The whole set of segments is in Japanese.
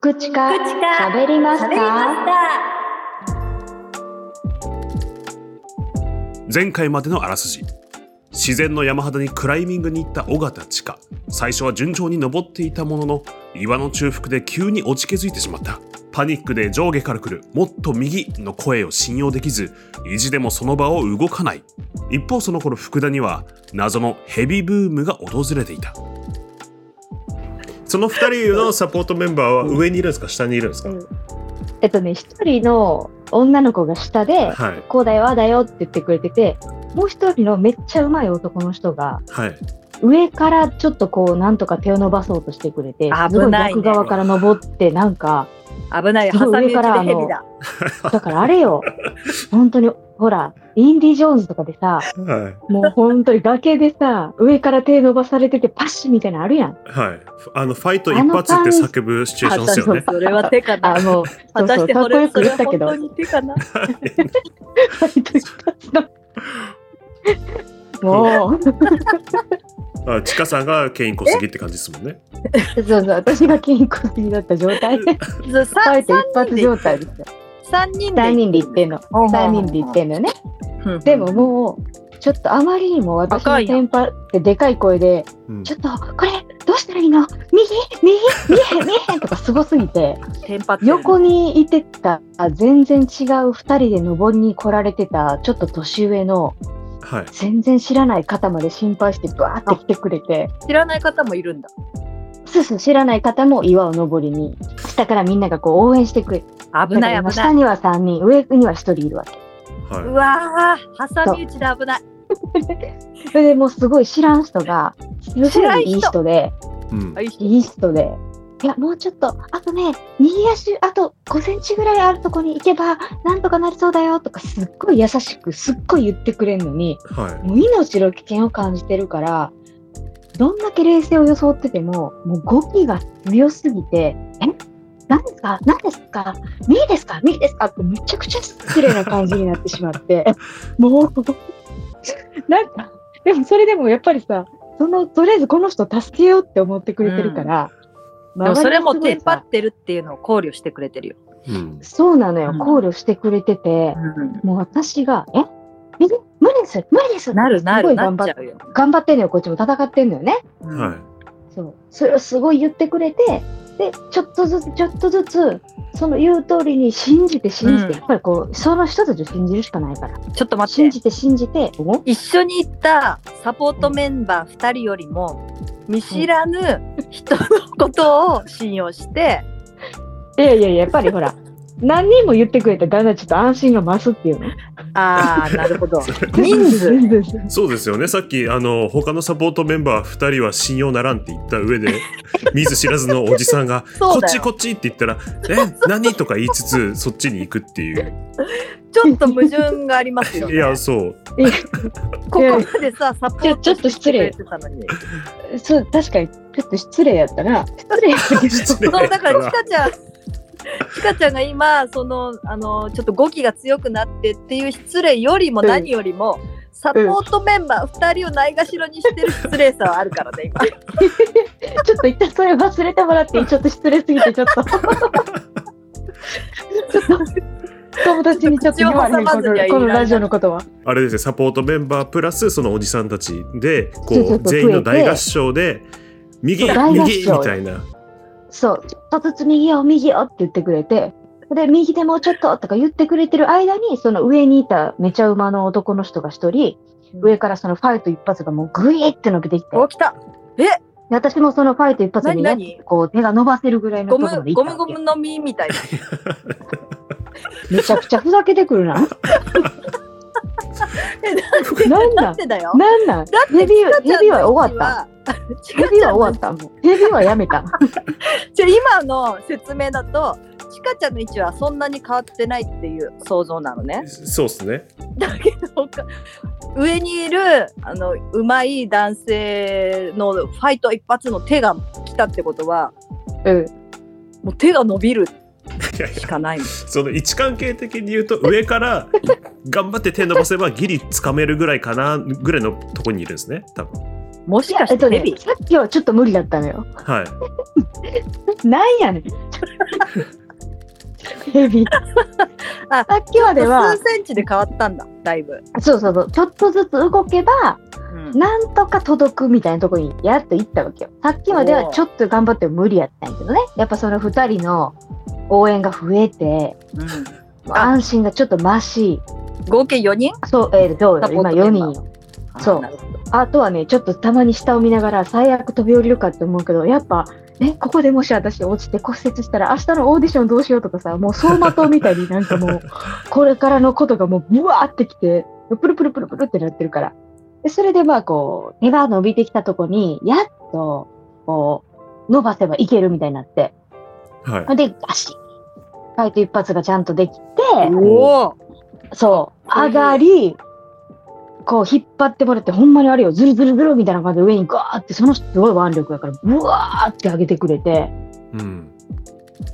口か口か喋ります喋りましかた前回までのあらすじ自然の山肌にクライミングに行った尾形知花最初は順調に登っていたものの岩の中腹で急に落ち気づいてしまったパニックで上下から来る「もっと右」の声を信用できず意地でもその場を動かない一方その頃福田には謎のヘビブームが訪れていたその二人のサポートメンバーは上にいるんですか下にいるんですか、えっとね、一人の女の子が下で、はいこうだよ、ああだよって言ってくれてて、もう一人のめっちゃうまい男の人が、はい上からちょっとこう、なんとか手を伸ばそうとしてくれて、危すごいないね逆側から登って、なん か、危ないよす挟ごいみ撃上からちでヘビだだからあれよ、本当に、ほら、インディ・ジョーンズとかでさ、はいもう本当に崖でさ、上から手伸ばされてて、パッシュみたいなのあるやん。はいあのファイト一発って叫ぶシチュエーションですよねそれは手かなあ、 もう、そ果うたそしう、てかっそこれよそくれ言っはたけど本当、に手かなバイト一発の もう、あチカさんがケイン小杉って感じですもんねそうそう、私が健康的だった状態で、そうさバ三イト一発状態ですよ。人で3三人人でで行ってんの。うん3人で行ってんのね。うんでももう、ちょっとあまりにも私の先輩ってでかい声で、うんちょっと、これ、どうしたらいいの右右 見えへん見えへんとかすごすぎて、テンパってる横にいてた、全然違う2人で登りに来られてた、ちょっと年上の、はい全然知らない方まで心配して、バーって来てくれて、知らない方もいるんだそうそう、知らない方も岩を登りに、下からみんながこう応援してくれ危なだからい危な下いには3人、上には1人いるわけ。はいうわー挟み撃ちで危ないそれでもうすごい知らん人が、す知らごんい人いい人で、うんあいい人いい人で、いや、もうちょっと、あとね、右足、あと5センチぐらいあるとこに行けば、なんとかなりそうだよとか、すっごい優しく、すっごい言ってくれるのに、はいもう命の危険を感じてるから、どんだけ冷静を装ってても、もう語気が強すぎて、え何ですか何ですか右ですか右ですかってめちゃくちゃ失礼な感じになってしま って、もう、なんか、でもそれでもやっぱりさ、その、とりあえずこの人助けようって思ってくれてるから、でもそれも周りがすテンごいパさってるっていうのを考慮してくれてるよ、うんそうなのよう、ん考慮してくれてて、もう私が、え右無理です無理ですなるなすごるいなっ頑張ちっゃうよ、頑張ってんのよ、こっちも戦ってんのよね。うんはいそう。それをすごい言ってくれて、で、ちょっとずつ、ちょっとずつ、その言う通りに信じて信じて、うんやっぱりこう、その人たちを信じるしかないから。ちょっと待信ってじて信じて、お一緒に行ったサポートメンバー2人よりも見知らぬ人のことを信用 して、いやいやいや、やっぱりほ ら、何人も言ってくれたらだんだんちょっと安心が増すっていうの。ああなるほど人数そうですよねさっきあの他のサポートメンバー2人は信用ならんって言った上で 見ず知らずのおじさ んが「そこうっだちよこっち」って言ったら「え何?」とか言いつつそっちに行くっていうちょっと矛盾がありますよいねやそう ここまでさサポーちょトちょっと失礼してくれてたのにそう、確かに、ちょっと失礼やったな。失礼やったけど失礼そうだからちかちゃんちかちゃんが今そのあのちょっと語気が強くなってっていう失礼よりもうん何よりも、サポートメンバー2人をないがしろにしてる失礼さはあるからね今 ちょっと一旦それ忘れてもら って、ちょっと失礼すぎて、ちょっと。ちょっと、友達にちょっと言われへん、口こを挟まずにはいられないのこのラジオのことは。あれですねサポートメンバープラスそのおじさんたちでこそうそうそうう全員の大合唱で「右そう大合唱右」みたいなそう、ちょっとずつ右よ、右よって言ってくれて、で、右でもうちょっととか言ってくれてる間に、その上にいためちゃ馬の男の人が一人、上からそのファイト一発がもうグイーって伸びてきて、お来たで私もそのファイト一発に何ね、何こう手が伸ばせるぐらいのゴところまでム行ゴったわムけゴムの実みたいなめちゃくちゃふざけてくる な。なんだなっんてだよなんなんだってヘビちかちゃんのヘビは終わっった。たヘビは終わった。ヘビはやめた。じゃあ今の説明だとちかちゃんの位置はそんなに変わってないっていう想像なのねそうですねだけどか上にいるあのうまい男性のファイト一発の手が来たってことはうん。もう手が伸びるいやいしやかないのその位置関係的に言うと上から頑張って手伸ばせばギリつかめるぐらいかなぐらいのとこにいるんですね多分もしかえしっとてヘねビ、さっきはちょっと無理だったのよ。はいなんやねん。ヘビ。あさっきまでは数、センチで変わったんだだいぶ、そうそうそう、ちょっとずつ動けば、なんとか届くみたいなところにやっと行ったわけよ。さっきまではちょっと頑張っても無理やったんやけどね。やっぱその二人の応援が増えて、うんあ安心がちょっとマシ。合計4人そう、えー、どうよサ、ポー今トメ4ンバー人よ。そうあなるほどあとはね、ちょっとたまに下を見ながら最悪飛び降りるかって思うけど、やっぱ、ね、ここでもし私落ちて骨折したら明日のオーディションどうしようとかさ、もう走馬灯みたいになんかもう、これからのことがもうブワーってきて、プルプルプルプルってなってるから。でそれでまあこう、手が伸びてきたとこに、やっと、こう、伸ばせばいけるみたいになって。はい。で、ガシッ。ファイト一発がちゃんとできて、おおそう、かっこいい上がり、こう引っ張ってもらって、ほんまにあれよ、ずるずるずるみたいな感じで上にガーって、その人すごい腕力やから、ブワーって上げてくれて、うん。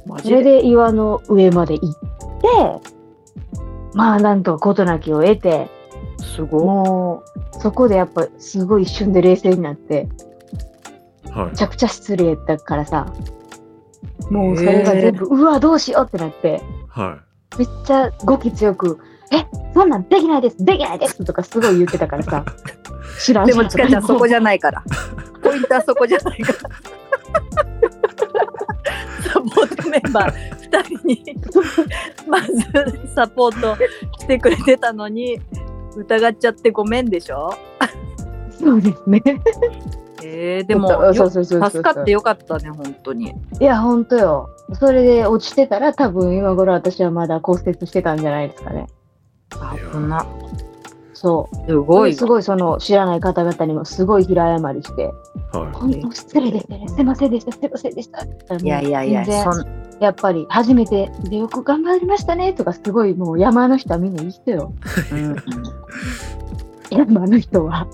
マそジれでで岩の上まで行って、まあなんとか事なきを得て、すごいもう、そこでやっぱすごい一瞬で冷静になって、はめちゃくちゃ失礼だからさ、もうそれが全部、うわ、どうしようってなって、い。はめっちゃ語気強く、え、そんなんできないです、できないですとかすごい言ってたからさ、知らんでもちかちゃんそこじじゃないからポイントはそこじゃないから サポートメンバー2人にまずサポートしてくれてたのに疑っちゃってごめんでしょゃそうですね。えー、で もそうよそうそうそう助かってよかったね本当にいや、ほんとよ。それで落ちてたら、多分今頃私はまだ骨折してたんじゃないですかね。危なそう。すごいすごいその知らない方々にもすごい平謝りして、い。は本当失礼でしたね。すいませんでした。すいませんでした。いやいやいや全然そんやっぱり初めてでよく頑張りましたねとか、すごいもう山の人はみんないい人よ。うん山の人は。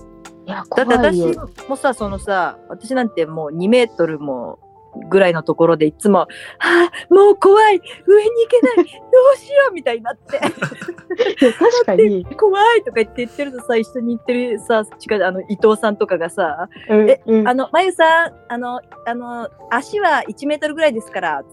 いや、だって怖いよ。私もさそのさ私なんてもう2メートルもぐらいのところでいつも「あーもう怖い上に行けないどうしよう」みたいになって いや確かに。 「怖い」とか言って言ってるとさ一緒に行ってるさ近いあの伊藤さんとかがさ「 えうんうんあのまゆさんあのあの足は1メートルぐらいですから」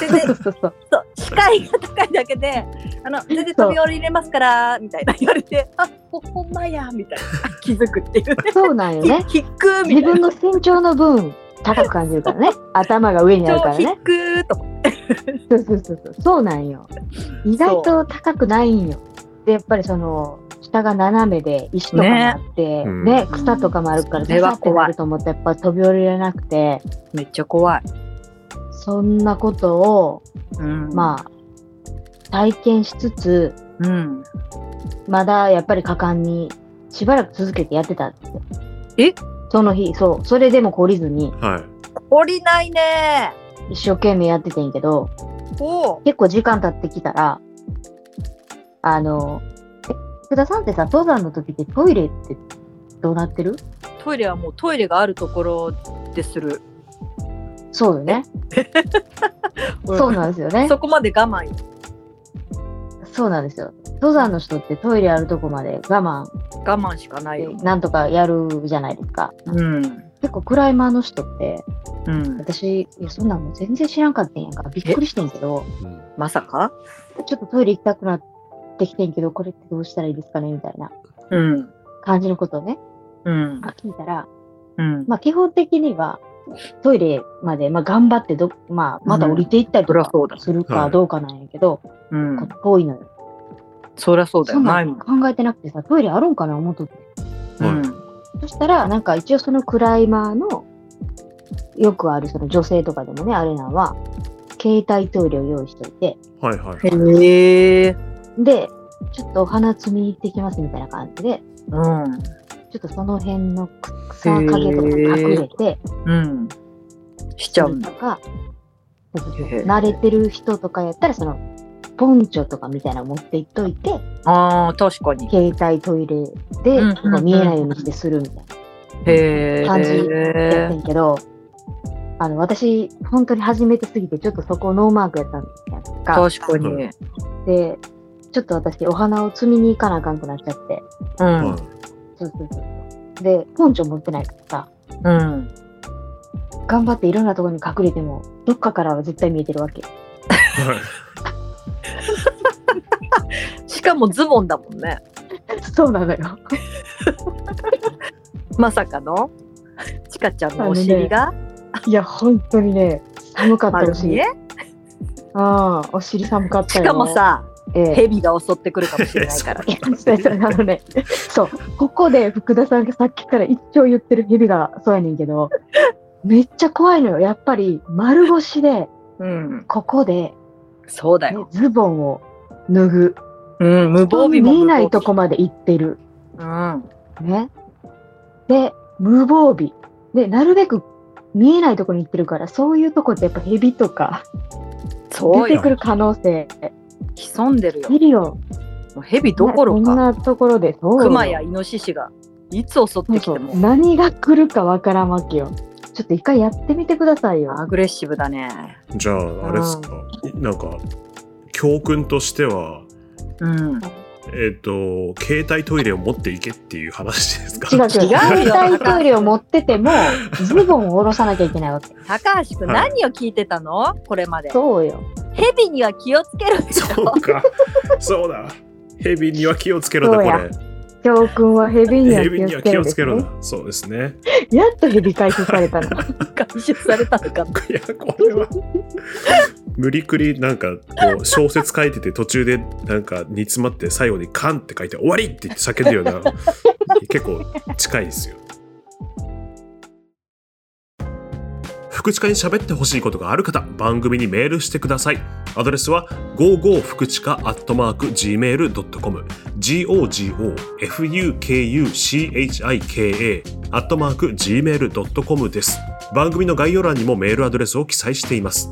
全然そうそうそう。そう視界が高いだけであの全然飛び降りれますからみたいな言われて「あほほんまや」みたいな気づくっていうねそうなんよね。ひっくーみ自たい分な。の身長の分高く感じる からね頭が上にあるからひねっくーとそうそうそうそうそうなんよ意外と高くないんよでやっぱりその下が斜めで石とかもあって、ねねう草とかもあるからそれは刺さってなると思ったらやっぱ飛び降りれなくてめっちゃ怖い。そんなことをうんまあ体験しつつあ、うん。まだやっぱり果敢にしばらく続けてやってたってえその日そうそれでも懲りずにい。はい。降りないね一生懸命やっててんけど、おう。結構時間経ってきたら、あの、え福田さんってさ、登山の時ってトイレってどうなってるトイレはもうトイレがあるところでする。そうよね。そうなんですよね。 そこまで我慢よそうなんですよ。登山の人ってトイレあるとこまで我我慢しかないよ慢。でなんとかやるじゃないですか。うん。結構クライマーの人って、うん。私、いやそんなんもう全然知らんかったんやんか。びっくりしてんけど、うんまさかちょっとトイレ行きたくなってきてんけど、これってどうしたらいいですかねみたいなうん。感じのことをね、うん。聞いたら、うん。まあ、基本的にはトイレまで、まあ、頑張ってど、まあ、また降りていったりとそりゃかそうだ。するはかいどうかなんやけど、うん。遠いのよ。そりゃそうだよ。んなないもんん。考えてなくてさ、トイレあるんかな思っとって。ううんん。そしたら、なんか一応そのクライマーのよくあるその女性とかでもね、あれなんは、携帯トイレを用意しといて、はいはい。へえ。で、ちょっとお花摘みに行ってきますみたいな感じで、うん。ちょっとその辺の草陰とかに隠れて、うん。しちゃうんとだ。か、へえ慣れてる人とかやったら、その、ポンチョとかみたいなの持っていっといて、ああ、確かに。携帯トイレで、うんなんか見えないようにしてするみたいへえ。感じな。やってんけど、あの、私、本当に初めてすぎて、ちょっとそこノーマークやったんですやんか。確かに。で、ちょっと私、お花を摘みに行かなあかんくなっちゃって。うん。そうそうそう。で、ポンチョ持ってないからさ、うん。頑張っていろんなところに隠れても、どっかからは絶対見えてるわけ。はい。かもズボンだもんね そうなのよ。まさかのちかちゃんのお尻がいや、本当にね、寒かった丸お見尻。えああ、お尻寒かったしよ。かも、さええ蛇が襲ってくるかもしれないから いやそうそうあ のね、そう、ここで福田さんがさっきから一丁言ってる蛇がそうやねんけど、めっちゃ怖いのよ。やっぱり丸腰で、うんここで、そうだねよ、ズボンを脱ぐ。うん、無防備も見え無防備ないとこまで行ってる。うんね。で、無防備。で、なるべく見えないとこに行ってるから、そういうとこってやっぱ蛇とかそう出てよくる可能性、潜んでるよ見るよ。もう蛇どころこんかなところで、そうクマやイノシシがいつ襲ってきそてうも何が来るかわからんわけよ。ちょっと一回やってみてください よ。アグレッシブだねじゃああれですかなんか教訓としてはうんえっ、と携帯トイレを持っていけっていう話ですか違う違う。違うよ携帯トイレを持って ても、ズボンを下ろさなきゃいけないわけ。高橋くんはい何を聞いてたの、これまでそうよ。蛇には気をつけろよそうかそうだヘビには気をつけろだそうこやれ教訓は ヘビにはヘビには気気ををつつけけろろ、だそうですねやっとヘビ回収されたの。回収されたのかないやこれは無理くりなんかこう小説書いてて途中でなんか煮詰まって最後に「カン」って書いて「終わり!」って言って叫んでるような結構近いですよ福知課に喋ってほしいことがある方番組にメールしてくださいアドレスは55福知課 gmail.com gogofukuchika gmail.com です番組の概要欄にもメールアドレスを記載しています